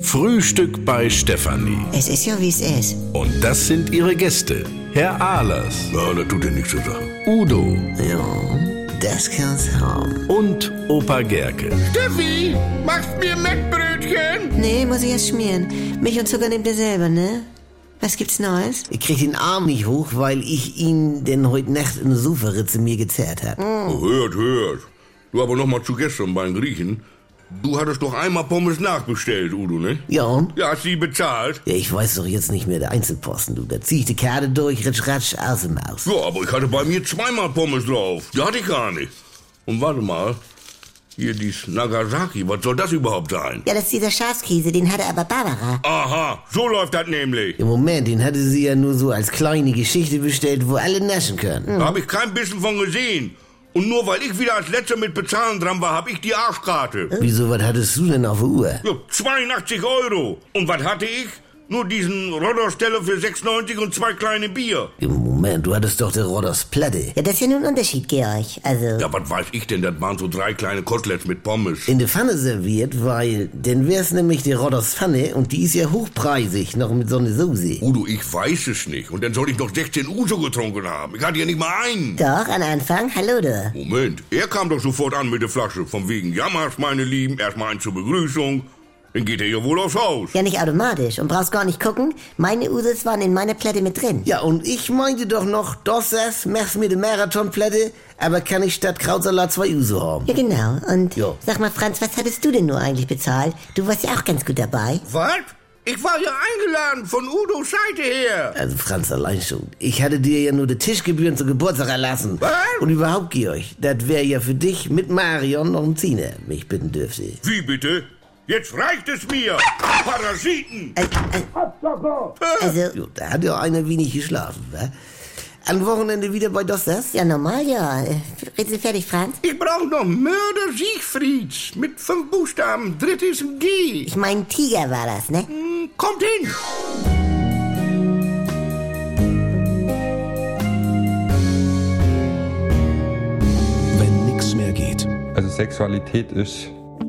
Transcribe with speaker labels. Speaker 1: Frühstück bei Stefanie.
Speaker 2: Es ist ja, wie es ist.
Speaker 1: Und das sind ihre Gäste. Herr Ahlers,
Speaker 3: Ja, das tut dir nichts zu sagen.
Speaker 1: Udo
Speaker 2: Ja, das kann's haben.
Speaker 1: und Opa Gerke.
Speaker 4: Steffi, machst mir Mettbrötchen?
Speaker 2: Nee, muss ich erst schmieren. Milch und Zucker nehmt ihr selber, ne? Was gibt's Neues?
Speaker 5: Ich krieg den Arm nicht hoch, weil ich ihn denn heute Nacht in der Sofaritze mir gezerrt hab.
Speaker 3: Oh, hört, hört. Du aber noch mal zu gestern bei den Griechen. Du hattest doch einmal Pommes nachbestellt, Udo, ne?
Speaker 5: Ja und?
Speaker 3: Ja, hast sie bezahlt?
Speaker 5: Ja, ich weiß doch jetzt nicht mehr der Einzelposten, du. Da zieh ich die Karte durch, ritsch, ratsch, aus dem Haus.
Speaker 3: Ja, aber ich hatte bei mir zweimal Pommes drauf. Die hatte ich gar nicht. Und warte mal. Hier dies Nagasaki, was soll das überhaupt sein?
Speaker 2: Ja, das ist dieser Schafskäse, den hatte aber Barbara.
Speaker 3: Aha, so läuft das nämlich.
Speaker 5: Im Moment, den hatte sie ja nur so als kleine Geschichte bestellt, wo alle naschen können.
Speaker 3: Da hab ich kein bisschen von gesehen. Und nur weil ich wieder als Letzter mit Bezahlen dran war, hab ich die Arschkarte.
Speaker 5: Wieso, was hattest du denn auf der Uhr?
Speaker 3: Ja, 82 Euro. Und was hatte ich? Nur diesen Roddersteller für 96 und zwei kleine Bier.
Speaker 5: Im Moment, du hattest doch der Rodders Platte.
Speaker 2: Ja, das ist ja nun ein Unterschied, Georg. Also,
Speaker 3: Ja, was weiß ich denn? Das waren so drei kleine Koteletts mit Pommes.
Speaker 5: In der Pfanne serviert, weil, denn wär's nämlich die Rodders Pfanne und die ist ja hochpreisig, noch mit so einer Soße.
Speaker 3: Udo, ich weiß es nicht. Und dann soll ich noch 16 Uso getrunken haben. Ich hatte ja nicht mal einen.
Speaker 2: doch, an Anfang, hallo du.
Speaker 3: Moment, er kam doch sofort an mit der Flasche. Von wegen Jammers, meine Lieben. Erstmal einen zur Begrüßung. Dann geht er ja wohl aufs Haus.
Speaker 2: Ja, nicht automatisch und brauchst gar nicht gucken. Meine Usus waren in meiner Platte mit drin.
Speaker 5: Ja, und ich meinte doch noch, das das, machst mir die Marathonplatte, aber kann ich statt Krautsalat zwei Uso haben.
Speaker 2: Ja, genau. Und
Speaker 5: Ja.
Speaker 2: sag mal, Franz, was hattest du denn nur eigentlich bezahlt? Du warst ja auch ganz gut dabei.
Speaker 3: Was? Ich war ja eingeladen von Udos Seite her.
Speaker 5: Also Franz allein schon. Ich hatte dir ja nur die Tischgebühren zum Geburtstag erlassen.
Speaker 3: Was?
Speaker 5: Und überhaupt, Georg, das wäre ja für dich mit Marion noch ein Ziner, mich bitten dürfte.
Speaker 3: Wie bitte? Jetzt reicht es mir. Parasiten.
Speaker 2: Äh, Also,
Speaker 5: Jo, da hat ja einer wenig geschlafen, wa? Am Wochenende wieder bei das das?
Speaker 2: ja, normal, ja. Äh, Reden Sie fertig, Franz?
Speaker 3: Ich brauche noch Mörder Siegfrieds mit fünf Buchstaben, drittes G.
Speaker 2: Ich mein, Tiger war das, ne?
Speaker 3: Kommt hin!
Speaker 6: Wenn nichts mehr geht.
Speaker 7: Also Sexualität ist